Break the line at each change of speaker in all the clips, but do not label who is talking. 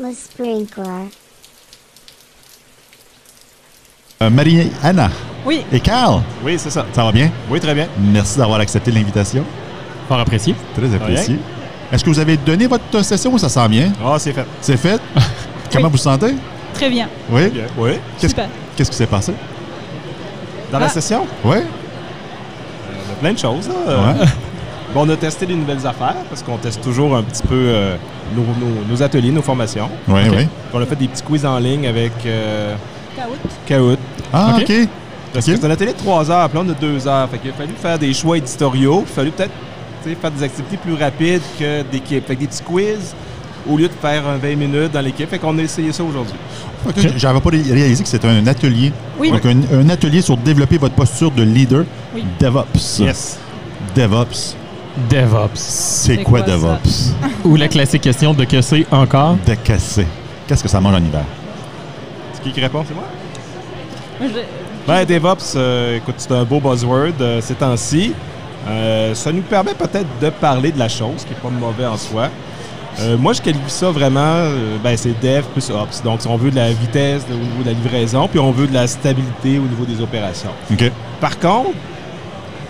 The sprinkler.
Euh, Marie-Anna
Oui.
et Carl,
Oui, c'est ça.
ça va bien?
Oui, très bien.
Merci d'avoir accepté l'invitation.
Fort apprécié.
Très apprécié. Est-ce que vous avez donné votre euh, session ou ça sent bien?
Ah, c'est fait.
C'est fait? Comment
Oui.
vous vous sentez?
Très bien.
Oui?
Bien. Oui.
Qu'est-ce
Super.
qu'est-ce qui s'est passé?
Dans la
Ah.
session,
Oui?
il y a plein de choses. là. Euh, bon, on a testé des nouvelles affaires parce qu'on teste toujours un petit peu euh, nos, nos- nos ateliers, nos formations.
Oui,
Ok.
oui.
Puis On a fait des petits quiz en ligne avec euh,
Kaout.
Kahoot.
Ah, OK.
Ok.
Parce
Ok.
que c'est un atelier de 3 heures, puis là, on a 2 heures. Fait qu'il a fallu faire des choix éditoriaux. puis Il a fallu peut-être tu sais, faire des activités plus rapides que d'équipe. Fait que des petits quiz au lieu de faire un 20 minutes dans l'équipe. Fait qu'on a essayé ça aujourd'hui.
Ok, J'avais pas ré- réalisé que c'était un atelier.
Oui.
Donc, un, un atelier sur développer votre posture de leader.
Oui.
DevOps.
Yes.
DevOps.
DevOps.
C'est quoi,
quoi ça?
DevOps?
Ou la classique question de que c'est encore.
De casser. Qu'est-ce que ça mange en hiver?
C'est qui qui répond? C'est moi?
Je-
Ben, DevOps, euh, écoute, c'est un beau buzzword euh, ces temps-ci. Euh, ça nous permet peut-être de parler de la chose, qui n'est pas mauvais en soi. Euh, moi, je qualifie ça vraiment, euh, ben, c'est Dev plus Ops. Donc, on veut de la vitesse de- au niveau de la livraison, puis on veut de la stabilité au niveau des opérations.
OK.
Par contre,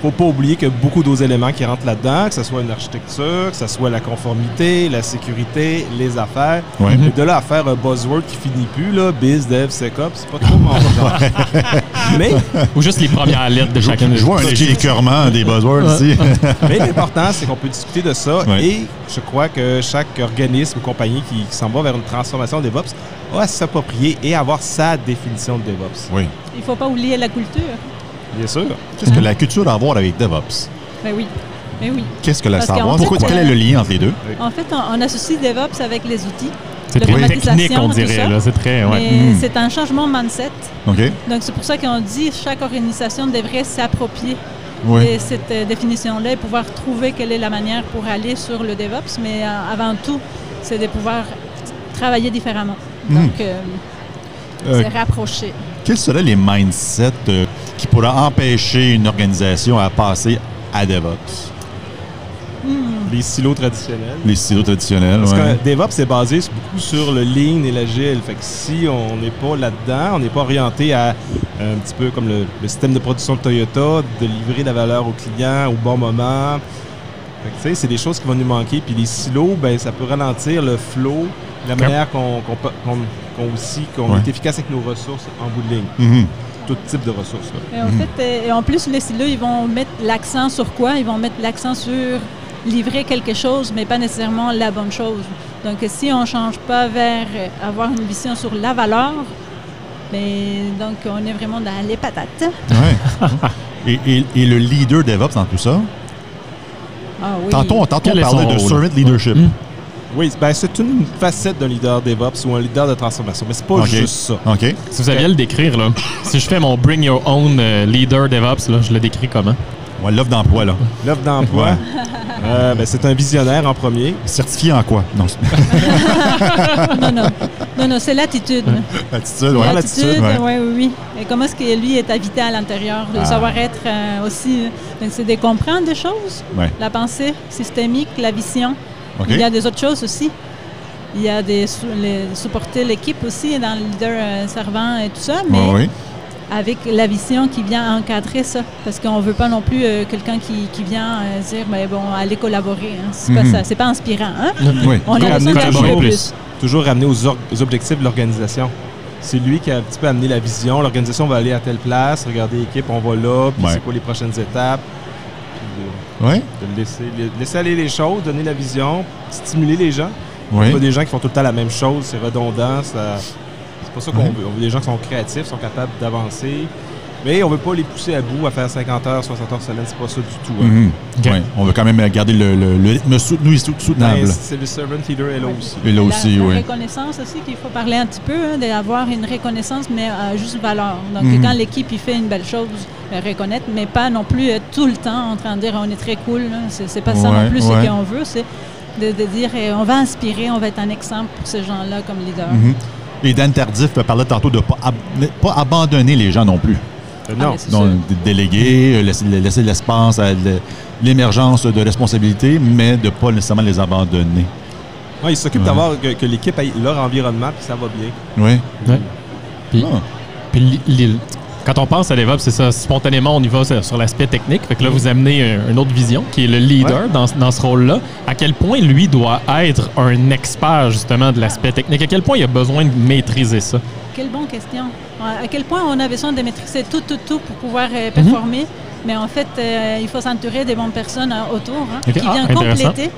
faut pas oublier que beaucoup d'autres éléments qui rentrent là-dedans, que ce soit une architecture, que ce soit la conformité, la sécurité, les affaires.
Ouais. Mhm.
Et de là à faire un buzzword qui finit plus, là, biz, dev, secop, c'est pas trop mon genre. mais
Ou juste les premières lettres de chacun.
Je vois un léger écœurement des buzzwords ici.
mais l'important, c'est qu'on peut discuter de ça.
Ouais.
Et je crois que chaque organisme ou compagnie qui, qui s'en va vers une transformation DevOps a à s'approprier et avoir sa définition de DevOps.
oui.
Il faut pas oublier la culture.
Bien sûr.
Qu'est-ce que la culture a à voir avec DevOps?
Ben oui. Ben oui.
Qu'est-ce que la
Parce
savoir?
qu'en fait,
Pourquoi,
euh,
quel est le lien entre les deux?
En fait, on, on associe DevOps avec les outils.
C'est très
l'automatisation,
technique, on
tout ça.
dirait. là. C'est très. Ouais.
Mais
Mhm.
c'est un changement mindset.
OK.
Donc, c'est pour ça qu'on dit chaque organisation devrait s'approprier
Oui.
de cette euh, définition-là et pouvoir trouver quelle est la manière pour aller sur le DevOps. Mais euh, avant tout, c'est de pouvoir travailler différemment. Donc, euh,
Euh,
c'est rapproché.
Quels seraient les mindsets euh, qui pourraient empêcher une organisation à passer à DevOps?
Les silos traditionnels.
Les silos traditionnels,
Parce
ouais.
que DevOps est basé sur- beaucoup sur le Lean et l'agile. Fait que si on n'est pas là-dedans, on n'est pas orienté à euh, un petit peu comme le, le système de production de Toyota, de livrer la valeur au client au bon moment. Fait que, tu sais, c'est des choses qui vont nous manquer. Puis les silos, ben, ça peut ralentir le flow, la manière qu'on qu'on peut- qu'on- qu'on aussi qu'on
Ouais.
est efficace avec nos ressources en bout de ligne,
Mhm.
tout type de ressources. là.
Et en fait, euh, et en plus, les silos, ils vont mettre l'accent sur quoi Ils vont mettre l'accent sur livrer quelque chose, mais pas nécessairement la bonne chose. Donc, si on ne change pas vers euh, avoir une vision sur la valeur, mais donc on est vraiment dans les patates.
Ouais. et, et- et le leader DevOps dans tout ça?
Ah oui.
Tantôt, tantôt
Quel
on
est
parlait
son
de
rôle?
servant leadership.
Mm.
Oui, ben, c'est une facette d'un leader DevOps ou un leader de transformation, mais c'est pas
OK.
juste ça.
OK.
Si vous aviez à le décrire, là, si je fais mon Bring Your Own euh, Leader DevOps, là, je le décris comment?
Ouais, L'offre d'emploi, là.
L'offre d'emploi,
Ouais.
euh, ben, c'est un visionnaire en premier.
Certifié en quoi? Non, c'est-
Non, non, non, non c'est l'attitude.
attitude, ouais.
L'attitude,
ouais.
ouais, oui, oui. Et comment est-ce que lui est habité à l'intérieur, le
Ah.
savoir-être euh, aussi. Donc, c'est de comprendre des choses,
Ouais.
la pensée systémique, la vision.
OK.
Il y a des autres choses aussi. Il y a des sou- les- supporter l'équipe aussi dans le leader euh, servant et tout ça, mais
Ouais, oui.
avec la vision qui vient encadrer ça. Parce qu'on ne veut pas non plus euh, quelqu'un qui, qui vient euh, dire, mais bon, allez collaborer. hein. C'est pas
Mhm.
ça, c'est pas inspirant. hein.
Oui.
On a besoin
collaborer
d'agir
plus.
plus.
toujours ramener aux, or- aux objectifs de l'organisation. C'est lui qui a un petit peu amené la vision. L'organisation va aller à telle place, regardez l'équipe, on va là, puis
Ouais.
c'est quoi les prochaines étapes. Puis
Oui.
de, de laisser, de laisser aller les choses, donner la vision, stimuler les gens.
Oui.
Pas des gens qui font tout le temps la même chose, c'est redondant, ça- c'est pas ça qu'on
Ouais.
veut. On veut des gens qui sont créatifs, sont capables d'avancer. Mais on veut pas les pousser à bout à faire 50 heures, 60 heures semaine, c'est pas ça du tout. hein.
Mhm.
OK.
Ouais. On veut quand même garder le, le- le rythme soutenu et sou-
Mais
soutenable.
Ben, c'est le servant leader et là aussi.
Et là
La-
aussi,
la,
oui.
reconnaissance aussi qu'il faut parler un petit peu, hein, d'avoir une reconnaissance, mais euh, juste valeur. Donc,
Mhm.
quand l'équipe il fait une belle chose, le reconnaître, mais pas non plus euh, tout le temps en train de dire on est très cool. là. C'est c'est pas ça
Ouais,
non plus
ouais.
ce qu'on veut. C'est de, de dire eh, on va inspirer, on va être un exemple pour ces gens-là comme leader.
Mhm. Et Dan Tardif parlait tantôt de ne pas, ab- pas abandonner les gens non plus.
Euh,
Ah,
Non,
mais c'est sûr.
Donc, dé- déléguer, euh, laisser, laisser de l'espace à de- l'émergence de responsabilité, mais de ne pas nécessairement les abandonner.
Ouais, ils s'occupent
Ouais.
d'avoir que, que l'équipe ait leur environnement puis ça va bien.
Oui.
Puis,
Ah.
puis li- li- quand on pense à DevOps, c'est ça, spontanément, on y va sur, sur l'aspect technique. Fait que là, vous amenez un- une autre vision qui est le leader dans, ce- dans ce rôle-là. À quel point lui doit être un expert, justement, de l'aspect technique? À quel point il a besoin de maîtriser ça?
Quelle bonne question. À quel point on a besoin de maîtriser tout, tout, tout pour pouvoir euh, performer.
Mhm.
Mais en fait, euh, il faut s'entourer des bonnes personnes euh, autour hein,
Ok.
qui
Ah,
viennent
intéressant.
compléter.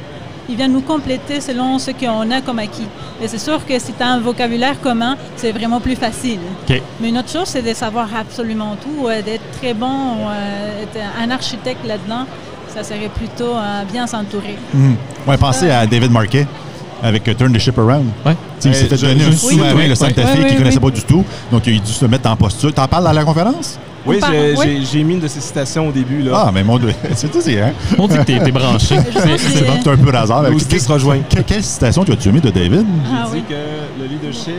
Ils viennent nous compléter selon ce qu'on a comme acquis. Et c'est sûr que si tu as un vocabulaire commun, c'est vraiment plus facile.
OK.
Mais une autre chose, c'est de savoir absolument tout, euh, d'être très bon, euh, être un architecte là-dedans. Ça serait plutôt euh, bien s'entourer.
Mhm. Ouais, pensez à David Marquet avec euh, Turn the Ship Around.
Ouais.
Tu sais, il
Euh,
s'était
je-
donné
je
un
suis-
sous-marin,
oui,
le Santa
oui.
Fe,
Oui,
qu'il
oui,
connaissait
oui.
pas du tout. Donc, il a dû se mettre en posture. T'en parles à la conférence?
Oui,
Par-
j'ai-
oui.
j'ai j'ai mis une de ces citations au début. Là.
Ah, mais mon Dieu, c'est tout, c'est, hein?
On dit que t'es t'es branché.
Je pense que
C'est un peu de hasard.
Nos idées se rejoignent.
Que- quelle citation tu as-tu aimée de David?
J'ai
Ah
dit
oui.
que le leadership,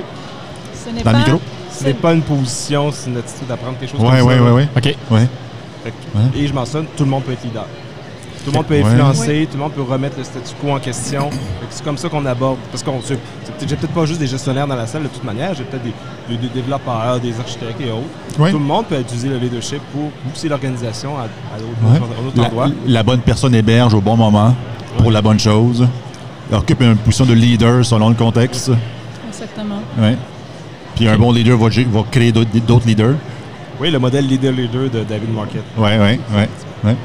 ce n'est
Dans le micro?
ce n'est pas une position, c'est une attitude d'apprendre quelque chose
Oui,
comme ça.
oui,
là.
oui,
OK.
oui.
Fait que-
Ouais.
Et je mentionne, tout le monde peut être leader. Tout le monde peut
Ouais.
influencer, tout le monde peut remettre le statu quo en question. Fait que C'est comme ça qu'on aborde. Parce qu'on c'est- c'est peut-être- j'ai peut-être pas juste des gestionnaires dans la salle de toute manière, j'ai peut-être des, des- des développeurs, des architectes et autres.
Ouais.
Tout le monde peut utiliser le leadership pour pousser l'organisation à, à d'autres-
Ouais.
à d'autres
La,
endroits.
la bonne personne héberge au bon moment pour la bonne chose. Occupe une position de leader selon le contexte.
Exactement.
Ouais. Puis un bon leader va, gé- va créer d'autres d'autres leaders.
Oui, le modèle leader leader de David Market.
Oui, oui, oui. Ouais.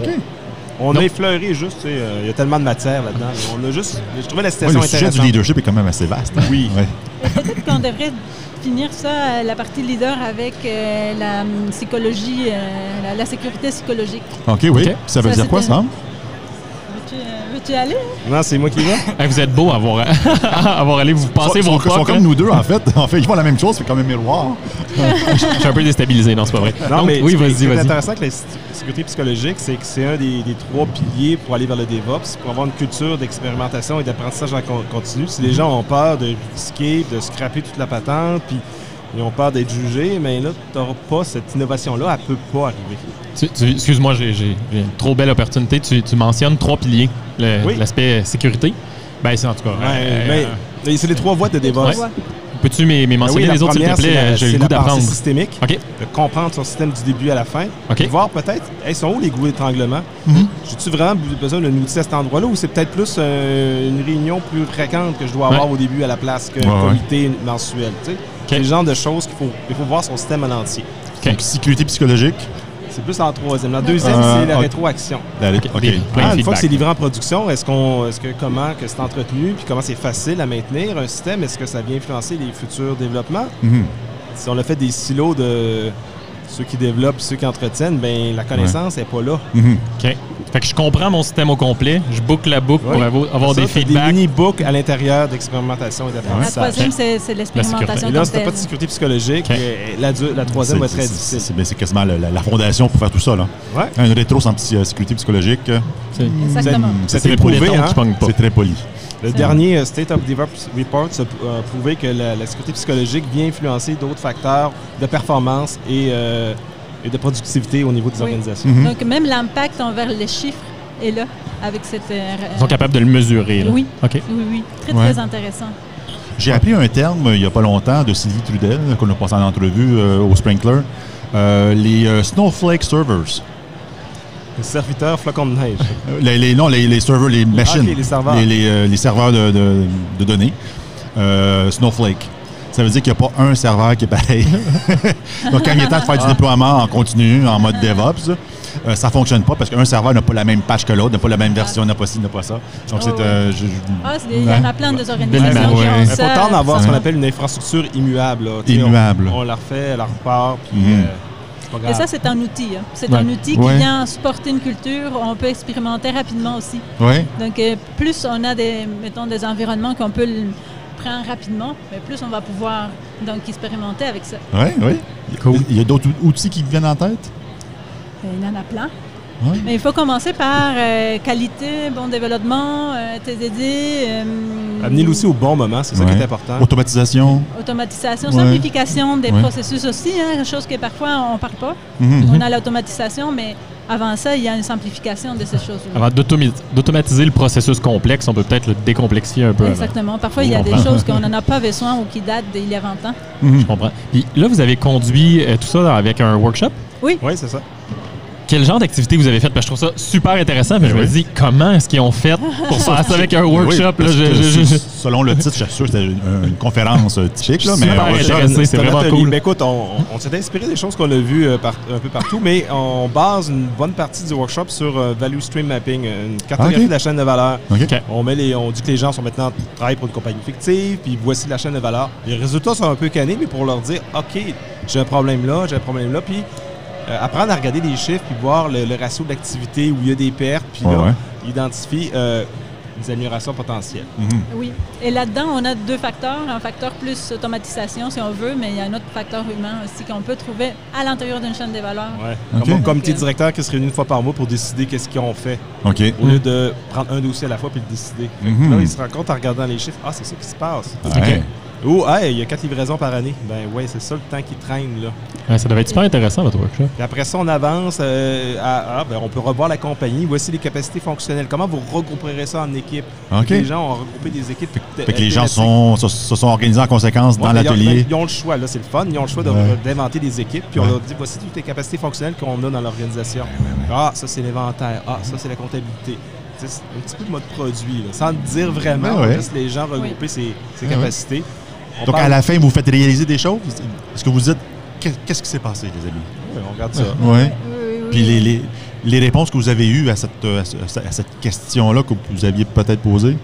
OK.
On
Non.
a effleuré juste, tu sais, euh, il y a tellement de matière là-dedans. mais On a juste. Je trouvais la
Ouais,
citation
le sujet du
intéressante.
leadership est quand même assez vaste. hein.
Oui.
Ouais.
Peut-être qu'on devrait finir ça, euh, la partie leader, avec euh, la hum, psychologie, euh, la, la sécurité psychologique.
OK, oui.
Ok.
Ça veut
Ça,
dire quoi,
c'était-
ça?
Veux-tu euh, veux-tu aller?
Non, c'est moi qui vais.
Hey, vous êtes beau à avoir, à avoir allé vous passer
Ils sont,
vos
sont- sont
propres.
comme nous deux, en fait. En fait, ils font la même chose, c'est comme un miroir.
Je suis un peu déstabilisé, non, c'est pas vrai.
Non,
Donc,
mais
oui,
ce qui-
vas-y,
Ce qui est
vas-y.
intéressant avec la sé- sécurité psychologique, c'est que c'est un des, des trois piliers pour aller vers le DevOps, pour avoir une culture d'expérimentation et d'apprentissage en con- continu. Si les gens ont peur de risquer, de scraper toute la patente, puis ils ont peur d'être jugés, mais là, tu n'auras pas cette innovation-là, elle ne peut pas arriver.
Tu- tu- Excuse-moi, j'ai j'ai- j'ai une trop belle opportunité. Tu, tu mentionnes trois piliers. Le-
Oui.
L'aspect euh, sécurité. Ben, c'est en tout cas. euh,
mais,
euh,
mais c'est les trois voies de DevOps.
Ouais.
Peux-tu m'é- m'é-
Ben
mentionner
la
les autres, s'il te
première, c'est
plaît?
la-
Euh,
c'est
J'ai le
la
goût d'apprendre.
pensée systémique.
OK.
de comprendre son système du début à la fin,
OK. Mhm.
puis voir peut-être, hey, sont où les goûts d'étranglement? J'ai-tu vraiment besoin d'un outil à cet endroit-là ou c'est peut-être plus euh, une réunion plus fréquente que je dois avoir
Ouais.
au début à la place qu'un
Ouais, ouais.
comité mensuel? tu sais? C'est le genre de choses qu'il faut, il faut voir son système en entier.
OK.
Donc, sécurité psychologique.
C'est plus en troisième. La deuxième,
Euh,
c'est la
ok.
rétroaction.
D'aller-
Ok.
OK.
Des-
Ah,
plein de
une fois
feedback.
que c'est livré en production, est-ce qu'on, est-ce que comment que c'est entretenu, puis comment c'est facile à maintenir un système, est-ce que ça vient influencer les futurs développements?
Mhm.
si on a fait des silos de ceux qui développent, ceux qui entretiennent, ben la connaissance n'est pas là.
Mhm.
OK. Fait que je comprends mon système au complet. Je boucle la boucle
Ouais.
pour avo- avoir
Ça,
des
t'as
feedbacks.
Des mini books à l'intérieur d'expérimentation et
La
d'apprentissage.
troisième, c'est c'est
sécurité.
l'expérimentation
Et là,
comme
si t'as
telle.
pas de sécurité psychologique,
Ok.
euh, la, deux- la troisième va être
C'est-
très
c'est-
difficile.
C'est ben, c'est quasiment la, la- la fondation pour faire tout ça. Là.
Ouais.
Un rétro sans psy- euh, sécurité psychologique, euh,
C'est-
Exactement.
hmm, c'est
C'est
très
les
poli.
éprouvé.
polétons
hein.
qui pognent pas.
C'est très poli.
Le dernier euh, State of DevOps Report a euh, prouvé que la, la sécurité psychologique vient influencer d'autres facteurs de performance et, euh, et de productivité au niveau des
Oui.
organisations.
Mhm.
Donc, même l'impact envers les chiffres est là, avec cette... euh,
Ils sont capables de le mesurer. là.
Oui.
OK.
Oui, oui. Très,
Ouais.
très intéressant.
J'ai appris un terme euh, il n'y a pas longtemps de Sylvie Trudel, qu'on a passé en entrevue euh, au Sprinkler. Euh, les euh, Snowflake Servers.
Le serviteur flocon de neige.
Euh, Les, les- non, les, les serveurs, les machines.
Ah, ok, les serveurs.
Les, les, euh, les serveurs de, de- de données. Euh, Snowflake. Ça veut dire qu'il n'y a pas un serveur qui est pareil. Donc, quand il est temps de faire du
Ah.
déploiement en continu, en mode DevOps, euh, ça ne fonctionne pas parce qu'un serveur n'a pas la même patch que l'autre, n'a pas la même version, n'a pas ci, n'a pas ça. Donc,
Oh,
c'est. euh, je- je-
Ah, c'est des- il y en a plein des
Belle
organisations
image.
qui
Ouais.
ont
Il faut
ça.
tendre à avoir
ça-
ce qu'on appelle une infrastructure immuable. là. Tu sais, on-
Immuable.
On, la refait, elle la repart, puis
Mhm.
euh, c'est pas grave.
Et ça, c'est un outil. hein. C'est
Ouais.
un outil qui
Ouais.
vient supporter une culture. On peut expérimenter rapidement aussi.
Ouais.
Donc, euh, plus on a des, mettons, des environnements qu'on peut le- prendre rapidement, mais plus on va pouvoir donc expérimenter avec ça.
Oui, oui. Il y a d'autres outils qui vous viennent en tête?
Et il y en a plein.
Ouais.
Mais il faut commencer par euh, qualité, bon développement, euh, TDD. euh,
Amener l'outil au bon moment, c'est ça qui
Ouais.
est important.
Automatisation.
Automatisation,
Ouais.
simplification des
Ouais.
processus aussi, hein, chose que parfois on ne parle pas.
Mhm.
On a l'automatisation, mais Avant ça, il y a une simplification de ces choses-là.
Avant d'automi- d'automatiser le processus complexe, on peut peut-être le décomplexifier un peu. avant.
Exactement. Parfois, il y a
Je
des
comprends.
choses qu'on n'en a pas besoin ou qui datent d'il y a 20 ans.
Je comprends. Puis là, vous avez conduit euh, tout ça dans- avec un workshop.
Oui, c'est ça.
Quel genre d'activité vous avez faite? Parce que je trouve ça super intéressant, mais je
Ben
me
oui. Ben
dis, comment est-ce qu'ils ont fait pour faire ça avec un workshop?
Oui,
là?
parce
Je-
que
je- je-
s- Selon le titre, je suis sûr que c'était une, une conférence euh, typique, là,
Je suis
mais
super
un workshop,
intéressé. C'est
un
vraiment
atelier.
cool.
Ben, écoute, on, on- on s'est inspiré des choses qu'on a vues euh, par- un peu partout, mais on base une bonne partie du workshop sur euh, Value Stream Mapping, une cartographie
Ah, ok.
de la chaîne de valeur.
OK.
Ok.
On, met les, on dit que les gens sont maintenant travaillent pour une compagnie fictive, puis voici la chaîne de valeur. Les résultats sont un peu canés, mais pour leur dire, OK, j'ai un problème là, j'ai un problème là, puis euh, apprendre à regarder les chiffres, puis voir le, le ratio d'activité où il y a des pertes, puis
Ouais,
là,
Ah ouais.
identifier euh, des améliorations potentielles.
Mhm.
Oui. Et là-dedans, on a deux facteurs. Un facteur plus automatisation, si on veut, mais il y a un autre facteur humain aussi qu'on peut trouver à l'intérieur d'une chaîne des valeurs.
Ouais.
OK.
Comme un comité
Ok.
directeur qui se réunit une fois par mois pour décider qu'est-ce qu'ils ont fait,
OK.
au lieu de prendre un dossier à la fois puis le décider. Fait que
Mhm.
Là, ils se rendent compte en regardant les chiffres, Mm-hmm. ah, c'est ça qui se passe.
Ouais.
Ou, ah, il y a quatre livraisons par année. Ben ouais, c'est ça le temps qui traîne, là.
Ouais, ça devait être super intéressant, votre workshop.
Puis après ça, on avance. euh, à- ah, ben, on peut revoir la compagnie. Voici les capacités fonctionnelles. Comment vous regrouperez ça en équipe?
OK.
Les gens ont regroupé des équipes.
Fait que les gens sont, se, se sont organisés en conséquence dans l'atelier.
ben, Ils ont le choix, là, c'est le fun. Ils ont le choix de-
Ouais.
d'inventer des équipes. Puis on
Ouais.
leur dit, voici toutes les capacités fonctionnelles qu'on a dans l'organisation. Ah, ça, c'est l'inventaire. Ah, ça, c'est la comptabilité. Tu sais, C'est un petit peu de mode produit, là. sans le dire vraiment.
Ah
on
ouais.
laisse les gens regrouper ces,
Ah
ces
ouais.
capacités. On
Donc,
parle-
à la fin, vous faites réaliser des choses. Est-ce que vous dites, qu'est- qu'est-ce qui s'est passé, les amis?
Ouais, on regarde ça.
Oui.
Oui, oui,
Puis les, les, les réponses que vous avez eues à cette, euh, à ce- à cette question-là que vous aviez peut-être posée?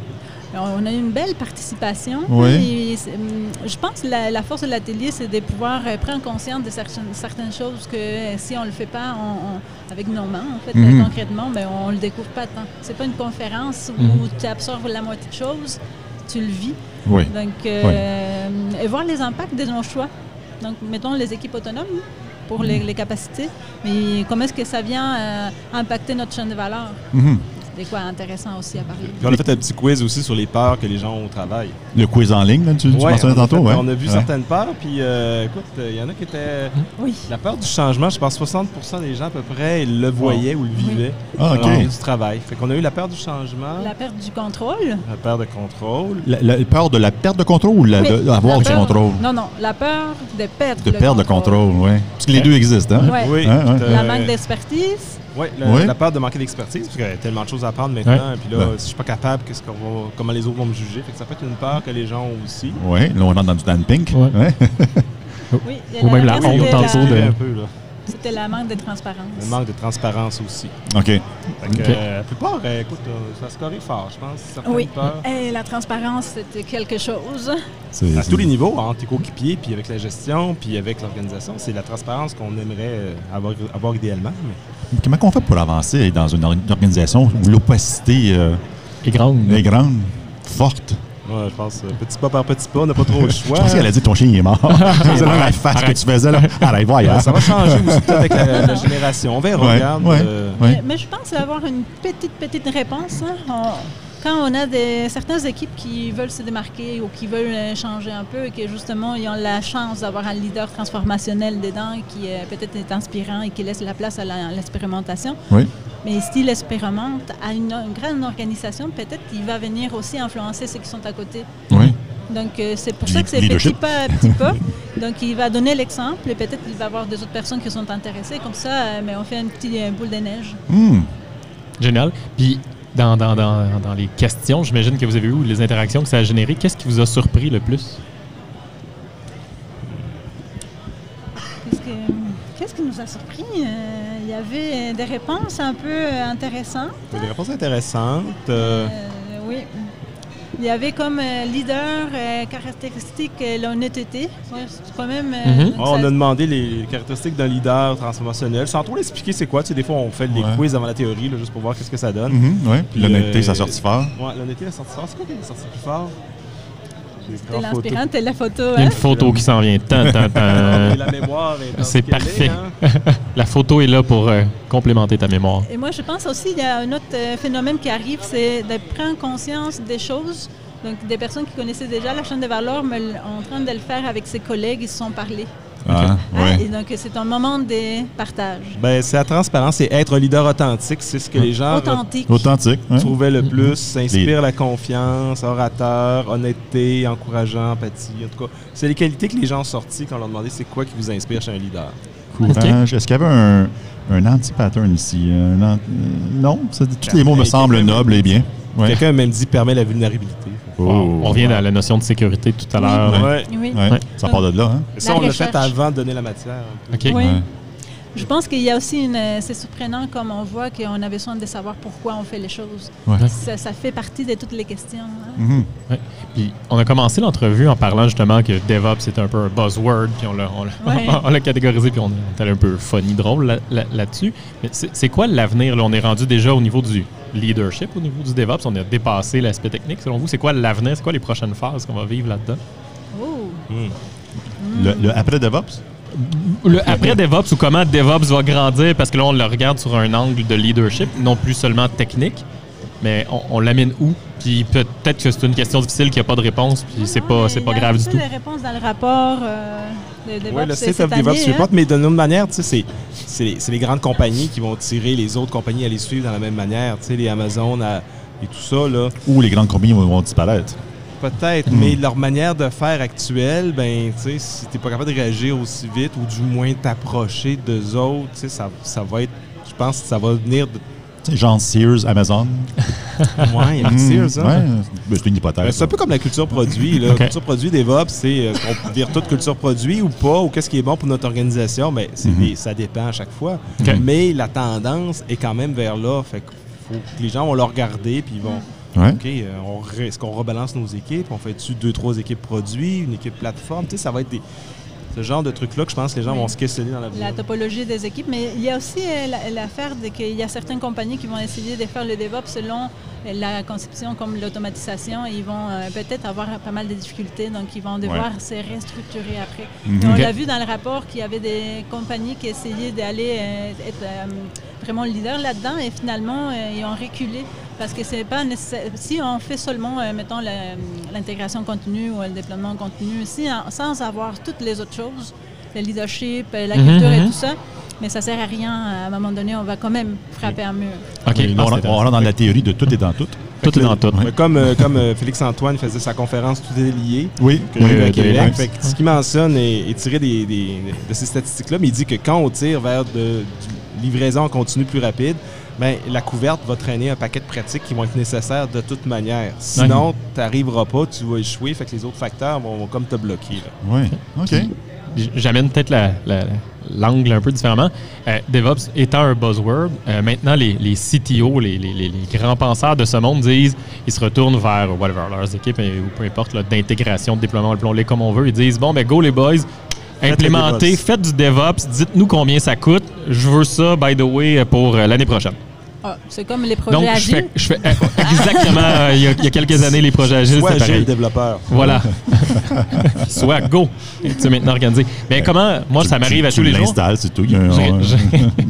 On a eu une belle participation.
Oui.
Et c'est- hum, je pense que la, la force de l'atelier, c'est de pouvoir euh, prendre conscience de certaines, certaines choses que euh, si on ne le fait pas on- on- avec nos mains, en fait, euh,
Mhm.
concrètement, ben, on ne le découvre pas tant. C'est pas une conférence où
Mhm.
tu absorbes la moitié de choses, tu le vis.
Oui.
Donc, euh, et voir les impacts de nos choix. Donc, mettons les équipes autonomes pour les, les capacités, mais comment est-ce que ça vient euh, impacter notre chaîne de valeur?
Mm-hmm.
C'est quoi intéressant aussi à parler.
Puis on a fait un petit quiz aussi sur les peurs que les gens ont au travail.
Le quiz en ligne, là, tu, tu
Ouais,
mentionnais
on a fait-
tantôt, ouais.
On a vu
Ouais.
certaines peurs, puis euh, écoute, il y en a qui étaient.
Oui.
La peur du changement, je pense 60 des gens à peu près ils le voyaient ou le vivaient
Ah, OK.
dans le milieu du travail. Fait qu'on a eu la peur du changement,
La perte du contrôle.
la peur de contrôle.
La, la peur de la perte de contrôle ou la-
Mais
Euh, de- d'avoir
la
du
peur-
contrôle?
Non, non, la peur de perdre
De
le
perdre le contrôle, oui. Parce que les deux existent, hein?
Ouais.
Oui,
Hein, hein.
puis, euh,
La manque d'expertise.
ouais, la,
Ouais.
la peur de manquer d'expertise, parce qu'il y a tellement de choses à apprendre maintenant. Puis là,
Ouais.
si je suis pas capable, qu'est-ce qu'on va- comment les autres vont me juger? Fait que ça peut être une peur que les gens ont aussi.
Oui, là, on entre dans du Dan Pink.
Ouais.
Ouais.
Oui,
Ou même la
dernière,
honte
c'était
dans le
la-
saut de-
Un peu, là.
C'était la manque de
Le
transparence.
manque de transparence aussi.
OK.
Fait que,
Ok.
euh, la plupart, euh, écoute, euh, ça se corrige fort, je pense. Certaines
Oui.
peurs.
Eh, la transparence, c'était quelque chose.
C'est-
À tous les niveaux, entre tes coéquipiers, puis avec la gestion, puis avec l'organisation, c'est la transparence qu'on aimerait euh, avoir, avoir idéalement. mais-
Comment on fait pour avancer dans une or- une organisation où l'opacité euh,
Et grande.
est grande, forte?
Ouais, je pense, euh, petit pas par petit pas, on n'a pas trop le choix. Euh,
Je pense qu'elle a dit ton chien il est mort. C'est là la face que tu faisais là. Arrête, va ailleurs.
Ouais, ça va changer aussi peut-être avec la, la génération. On verra,
Ouais,
regarde.
ouais,
euh,
ouais.
Mais, mais je pense avoir une petite, petite réponse. hein. On- quand on a des, certaines équipes qui veulent se démarquer ou qui veulent euh, changer un peu et que justement, ils ont la chance d'avoir un leader transformationnel dedans qui euh, peut-être est inspirant et qui laisse la place à la- à l'expérimentation.
Oui.
Mais s'il expérimente à une, une grande organisation, peut-être qu'il va venir aussi influencer ceux qui sont à côté.
Oui.
Donc, euh, c'est pour
Du
ça que c'est petit
leadership.
pas à petit pas. Donc, il va donner l'exemple et peut-être qu'il va avoir des autres personnes qui sont intéressées. Comme ça, euh, mais on fait une petite euh, boule de neige.
Hmm.
Génial. Puis, dans, dans, dans, dans les questions, j'imagine que vous avez eu ou les interactions que ça a généré, qu'est-ce qui vous a surpris le plus?
Qu'est-ce que- Qu'est-ce qui nous a surpris Euh, Il y avait euh, des réponses un peu euh, intéressantes.
il y a des réponses intéressantes. euh,
Euh, oui. Il y avait comme euh, leader euh, caractéristique euh, l'honnêteté. Ouais, c'est quand même. euh,
Mhm.
donc
oh, on a
ça-
demandé les caractéristiques d'un leader transformationnel sans trop l'expliquer c'est quoi. Tu sais, des fois, on fait des
Ouais.
quiz avant la théorie là, juste pour voir qu'est-ce que ça donne.
Mhm, ouais. Puis L'honnêteté,
euh,
ça sortit fort.
Ouais, l'honnêteté, la sortie fort. C'est quoi qui est sorti plus fort? J'ai
C'était
grand photo.
l'inspirante et la photo.
Il y a
hein.
une photo qui s'en vient. Tan, tan,
Et
tan.
Ah, la mémoire est dans
C'est
ce qu'elle est,
parfait.
hein.
La photo est là pour euh, complémenter ta mémoire.
Et moi, je pense aussi qu'il y a un autre euh, phénomène qui arrive, c'est de prendre conscience des choses. Donc, des personnes qui connaissaient déjà la chaîne de valeur, mais l- en train de le faire avec ses collègues, ils se sont parlé.
Ah,
Hein?
ouais.
Et donc, c'est un moment de partage.
Ben, c'est la transparence et être un leader authentique. C'est ce que les gens
Authentique.
Authentique. ouais.
trouvaient le plus. Ça
Les-
inspire la confiance, orateur, honnêteté, encourageant, empathie. En tout cas, c'est les qualités que les gens ont sorties quand on leur demandait c'est quoi qui vous inspire chez un leader.
Courage. Est-ce qu'il y avait un, un anti-pattern ici? Un an- euh, Non? ça- tous les mots me
Hey,
semblent
quelqu'un-
nobles et bien. Ouais.
Quelqu'un a même dit permet la vulnérabilité.
Oh.
on revient à la notion de sécurité tout à l'heure.
Ouais.
Oui.
Ouais,
Ouais.
Ça part de là, hein?
Ça, on
La
l'a fait
recherche.
avant de donner la matière. un peu.
OK.
Oui.
Ouais.
Je pense qu'il y a aussi une. euh, C'est surprenant comme on voit qu'on a besoin de savoir pourquoi on fait les choses.
Ouais.
Ça, ça fait partie de toutes les questions. hein.
Mm.
Mhm.
Puis on a commencé l'entrevue en parlant justement que DevOps c'était un peu un buzzword, puis on l'a, on l'a-
Ouais.
on l'a catégorisé, puis on est allé un peu funny, drôle là, là- là-dessus. Mais c'est, c'est quoi l'avenir? Là, on est rendu déjà au niveau du leadership, au niveau du DevOps, on a dépassé l'aspect technique. Selon vous, c'est quoi l'avenir? C'est quoi les prochaines phases qu'on va vivre là-dedans?
Oh.
Mm.
Le, le après DevOps?
Le après DevOps ou comment DevOps va grandir parce que là on le regarde sur un angle de leadership, non plus seulement technique, mais on, on l'amène où Puis peut-être que c'est une question difficile qu'il n'y a pas de réponse, puis c'est
Non,
pas
mais
c'est
il
pas
y a
grave
un
du
peu
tout.
les réponses dans le rapport euh, de DevOps.
Oui, le
c'est
site of
cette
DevOps
année,
Report,
hein.
mais d'une autre manière, tu sais, c'est- c'est les- c'est les grandes compagnies qui vont tirer les autres compagnies à les suivre dans la même manière, tu sais, les Amazon à- et tout ça, là.
Ou les grandes compagnies vont, vont disparaître?
Peut-être, mais
Hmm.
leur manière de faire actuelle, ben, tu sais, si t'es pas capable de réagir aussi vite ou du moins t'approcher d'eux autres, tu sais, ça, ça va être, je pense que ça va venir de
Tu sais, genre Sears, Amazon.
moins
Hmm,
Mhm.
Sears, hein?
Ouais, ben, c'est une hypothèse.
Ben, c'est un peu comme la culture produit. Là.
Ok.
Culture produit DevOps, c'est euh, on peut dire toute culture produit ou pas, ou qu'est-ce qui est bon pour notre organisation, mais c'est
Mhm.
des- ça dépend à chaque fois.
Hmm. Ok.
Mais la tendance est quand même vers là. Fait que faut que les gens vont le regarder puis ils vont
Ouais.
OK, euh, on re- est-ce qu'on rebalance nos équipes? On fait-tu deux, trois équipes produits, une équipe plateforme? Tu sais, ça va être des. Ce genre de truc-là que je pense que les gens
Oui.
vont se questionner dans la vie.
La topologie des équipes, mais il y a aussi euh, la- l'affaire de qu'il y a certaines compagnies qui vont essayer de faire le DevOps selon euh, la conception comme l'automatisation et ils vont euh, peut-être avoir pas mal de difficultés, donc ils vont devoir se restructurer après.
Mhm.
Et On
Ok.
l'a vu dans le rapport qu'il y avait des compagnies qui essayaient d'aller euh, être euh, vraiment leader là-dedans et finalement euh, ils ont reculé parce que c'est pas nécessaire. Si on fait seulement, euh, mettons, la- l'intégration continue ou le déploiement continu, si en- sans avoir toutes les autres choses, le leadership, euh, la
Mhm,
culture et
mhm.
tout ça, mais ça sert à rien. À un moment donné, on va quand même frapper un mur.
OK.
Et là,
Ah,
on,
c'est
on rentre dans la théorie de tout et dans tout.
Tout est dans tout.
Mais Comme, euh, comme euh, Félix-Antoine faisait sa conférence, tout est lié.
Oui,
que j'ai vu à
de
Québec.
l'Impact.
Fait que ce qu'il mentionne est, est tiré des, des- de ces statistiques-là, mais il dit que quand on tire vers de, du livraison en continu plus rapide, ben, la couverte va traîner un paquet de pratiques qui vont être nécessaires de toute manière. Sinon, tu n'arriveras pas, tu vas échouer, fait que les autres facteurs vont, vont comme te bloquer. là.
Oui, OK.
J- J'amène peut-être la- la- l'angle un peu différemment. Euh, DevOps étant un buzzword, euh, maintenant les, les CTO, les, les- les- les grands penseurs de ce monde disent, ils se retournent vers whatever, leurs équipes et- ou peu importe, là, d'intégration, de déploiement, appelons-les comme on veut. Ils disent, bon, ben go les boys,
le
implémentez,
DevOps.
faites du DevOps, dites-nous combien ça coûte. Je veux ça, by the way, pour euh, l'année prochaine.
Ah, c'est comme les projets
Donc, je
agiles.
fais, je fais euh, exactement, euh, il y, a, il y a quelques années, les projets agiles,
Soit
c'était
j'ai
pareil.
le développeur.
Voilà. Soit go. Tu es maintenant organisé. Mais comment, moi,
Tu-
ça m'arrive
tu-
à tous les
Tu
jours.
l'installes, c'est tout. Il y a un-
Je- je-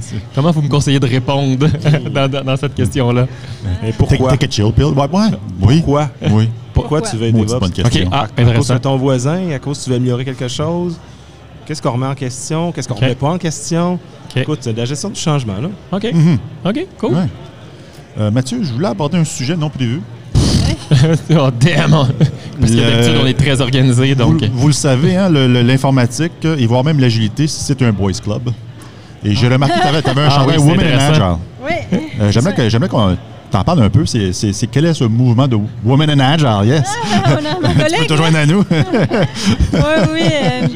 C'est-
Comment vous me conseillez de répondre dans, dans- dans cette question-là?
Mais
Take,
pourquoi?
take a chill pill. Ouais, ouais. Oui.
Pourquoi?
Oui.
Pourquoi?
Pourquoi tu veux être
Maudite
DevOps?
bonne question.
OK, ah,
À cause de
intéressant.
ton voisin, à cause que tu veux améliorer quelque chose? Qu'est-ce qu'on remet en question? Qu'est-ce qu'on
Ok.
remet pas en question?
OK,
Écoute, c'est de la gestion du changement, là.
OK,
Mhm.
OK, cool.
Ouais. Euh, Mathieu, je voulais aborder un sujet non prévu.
oh, damn! Parce que
Le-
d'habitude, on est très organisé, donc... euh,
vous, vous le savez, hein, le- le- l'informatique euh, et voire même l'agilité, c'est un boys club. Et j'ai remarqué que tu avais, un
Ah
chandail
oui, c'est
Women in
intéressant.
Agile.
Oui.
Euh, J'aimerais que- j'aimerais qu'on t'en parle un peu. C'est- C'est c'est- quel est ce mouvement de Women in Agile? Yes!
on a un
tu peux
collègue.
te joindre à nous.
oui, oui. euh,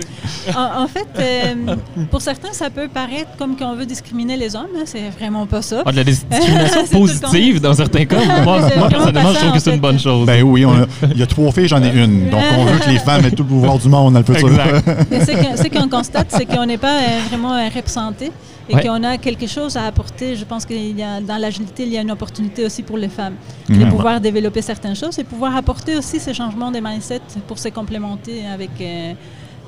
en, en fait, euh, pour certains, ça peut paraître comme qu'on veut discriminer les hommes. hein, C'est vraiment pas ça.
Ah, de la dis- discrimination
C'est tout le
positive dans certains cas. Moi,
c'est
moi,
vraiment
personnellement, je
passant,
trouve que
en
c'est une
fait.
bonne chose.
ben oui, on a- il y a trois filles, j'en ai une. Donc on veut que les femmes aient tout le pouvoir du monde dans le futur.
exact.
Mais ce que- ce qu'on constate, c'est qu'on n'est pas euh, vraiment euh, représenté et
Ouais.
qu'on a quelque chose à apporter. Je pense que dans l'agilité, il y a une opportunité aussi pour les femmes
Mhm.
de pouvoir développer certaines choses et pouvoir apporter aussi ces changements de mindset pour se complémenter avec euh,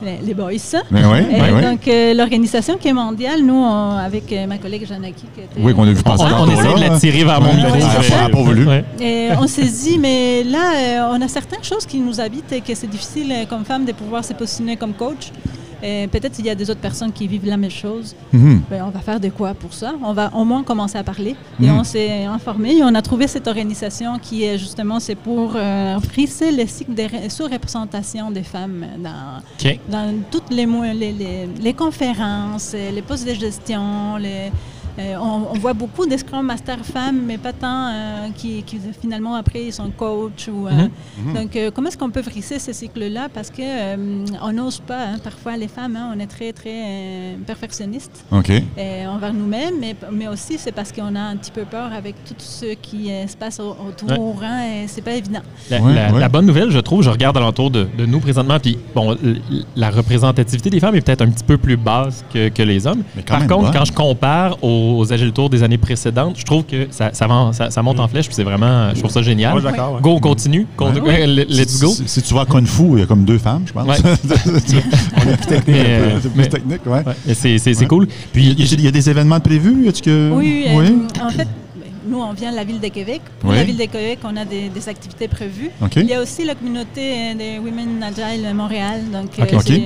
les les boys.
Ben oui,
Et
ben oui.
Donc, euh, l'organisation qui est mondiale, nous, on- avec euh, ma collègue Janaki, qui était-
Oui, qu'on a vu
On,
passer
on
tantôt,
essaie de
là.
la tirer vers mon
Ouais,
micro.
ouais,
mais-
ça a pas voulu.
Ouais.
Et on s'est dit, mais là, euh, on a certaines choses qui nous habitent et que c'est difficile euh, comme femme de pouvoir se positionner comme coach. Euh, Peut-être qu'il y a des autres personnes qui vivent la même chose.
Mhm.
Ben, on va faire de quoi pour ça? On va au moins commencer à parler. Et
Mhm.
on s'est informé et on a trouvé cette organisation qui est justement, c'est pour euh, briser le cycle de ré- sous-représentation des femmes dans,
OK.
dans toutes les, mo- les, les- les conférences, euh, les postes de gestion. les- euh, on, on voit beaucoup des Scrum Master femmes, mais pas tant euh, qui, qui, finalement après ils sont coach. Ou, euh,
Mhm.
Donc euh, comment est-ce qu'on peut briser ce cycle-là Parce que euh, on n'ose pas, hein. parfois les femmes, hein, on est très très euh, perfectionnistes
OK.
euh, envers nous-mêmes, mais, mais aussi c'est parce qu'on a un petit peu peur avec tout ce qui euh, se passe au- autour, hein, et c'est pas évident.
La,
Ouais,
la-
ouais.
la bonne nouvelle, je trouve, je regarde alentour de, de nous présentement, puis bon, l- la représentativité des femmes est peut-être un petit peu plus basse que, que les hommes.
Mais quand
Par
même
contre,
bonne.
quand je compare aux, aux Agile Tour des années précédentes, je trouve que ça, ça, avance- ça- ça monte en flèche, puis c'est vraiment, je trouve ça
Ah
génial.
Moi, d'accord. hein. ouais.
Go, on continue. Con-
Ouais.
euh, Let's go.
Si, si tu vas à Kung Fu, il y a comme deux femmes, je pense.
Ouais.
On est plus technique.
Mais,
un peu.
euh,
C'est plus
mais-
technique, ouais.
Ouais, mais c'est c'est- c'est
Ouais.
cool. Puis,
Il y, a, il y a des événements de prévus? est-ce que...
Oui, euh,
Oui?
en fait, ben, nous, on vient de la ville de Québec. Pour
Oui.
la ville de Québec, on a des, des activités prévues.
OK.
Il y a aussi la communauté euh, des Women Agile Montréal. Donc, euh,
Ok. Ok.
c'est-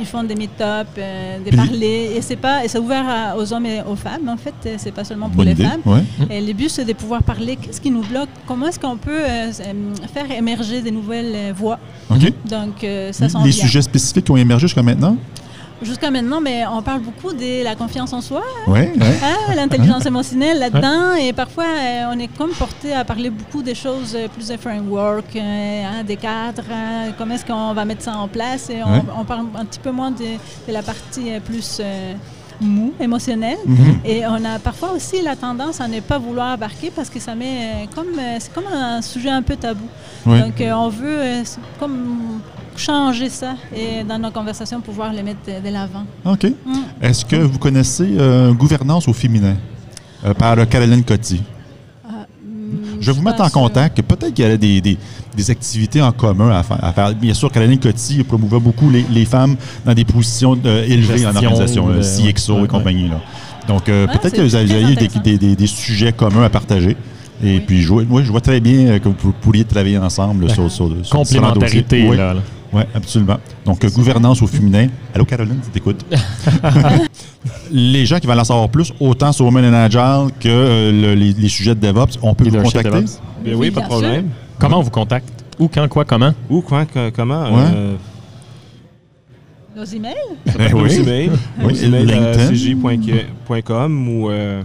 ils font des meet-ups, euh, des
Puis-
parlers. Et c'est pas, et c'est ouvert à- aux hommes et aux femmes, en fait. Euh, C'est pas seulement pour
Bonne
les
idée.
femmes.
Ouais.
Et le but, c'est de pouvoir parler. Qu'est-ce qui nous bloque? Comment est-ce qu'on peut euh, s- euh, faire émerger des nouvelles euh, voix?
OK.
Donc, euh, ça s'en
Les
vient.
sujets spécifiques qui ont émergé jusqu'à maintenant?
Jusqu'à maintenant, mais on parle beaucoup de la confiance en soi.
Oui, oui.
Ah, l'intelligence émotionnelle là-dedans. Et parfois, euh, on est comme porté à parler beaucoup des choses, euh, plus des frameworks, euh, hein, des cadres, hein, comment est-ce qu'on va mettre ça en place. Et on,
Ouais.
on parle un petit peu moins de, de la partie euh, plus euh, mou, émotionnelle.
Mhm.
Et on a parfois aussi la tendance à ne pas vouloir embarquer parce que ça met euh, comme euh, c'est comme un sujet un peu tabou.
Ouais.
Donc euh, on veut euh, s- comme changer ça et dans nos conversations pouvoir les mettre euh, de l'avant.
OK.
Mm.
Est-ce que vous connaissez euh, Gouvernance au féminin euh, par euh, Caroline Coty?
Ah, hmm,
Je vais vous
suis
mettre
pas
en
sûre.
contact. que Peut-être qu'il y a des, des- des activités en commun à fa- à faire. Bien sûr, Caroline Coty promouvait beaucoup les, les femmes dans des positions euh, élevées en
Gestion,
organisation, là,
euh,
CXO
ouais,
et compagnie. là. Donc, euh,
Ah,
peut-être que
c'est
vous avez
très
des,
intéressant.
des- des- des sujets communs à partager. Et
Oui.
puis, je, vois- oui, je vois très bien euh, que vous pourriez travailler ensemble sur, sur, sur différents
complémentarité.
dossiers. Oui.
là, là.
Oui, absolument. Donc, euh, gouvernance au féminin. Allô, Caroline, tu t'écoutes. les gens qui veulent en savoir plus, autant sur Women in Agile que euh, le- les, les sujets de DevOps, on peut vous
Leadership
contacter.
DevOps.
Ben oui, pas
Bien
de
sûr.
problème.
Comment on vous contacte? Où, quand, quoi, comment?
Ou quoi, que- comment?
Ouais.
euh,
Nos emails?
Ben
nos
oui.
emails.
Oui,
Nos emails euh, à
LinkedIn.
cj.com ou euh,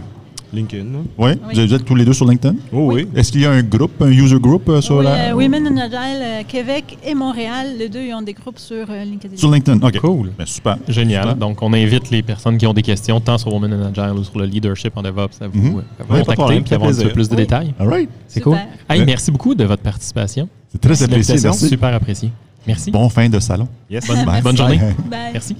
LinkedIn. là.
Oui,
Oui.
vous êtes- vous êtes tous les deux sur LinkedIn.
Oh oui.
Est-ce qu'il y a un groupe, un user group euh, sur
oui,
la...
euh, Women in Agile euh, Québec et Montréal, les deux ils ont des groupes sur euh, LinkedIn.
Sur LinkedIn, OK.
Cool.
Ben, super.
Génial. Donc, on invite les personnes qui ont des questions, tant sur Women in Agile ou sur le leadership en DevOps, à vous,
Mhm.
euh, à vous
Ouais, pas de
contacter
problème, ça
puis
fait
avoir un petit peu
plaisir.
plus de
Oui.
détails.
All right.
C'est
Super.
cool. Hey,
Ouais.
merci beaucoup de votre participation.
C'est très
C'est
apprécié. Merci.
Super apprécié. Merci.
Bon fin de salon.
Yes.
Bonne,
Merci.
bonne journée.
Bye.
Merci.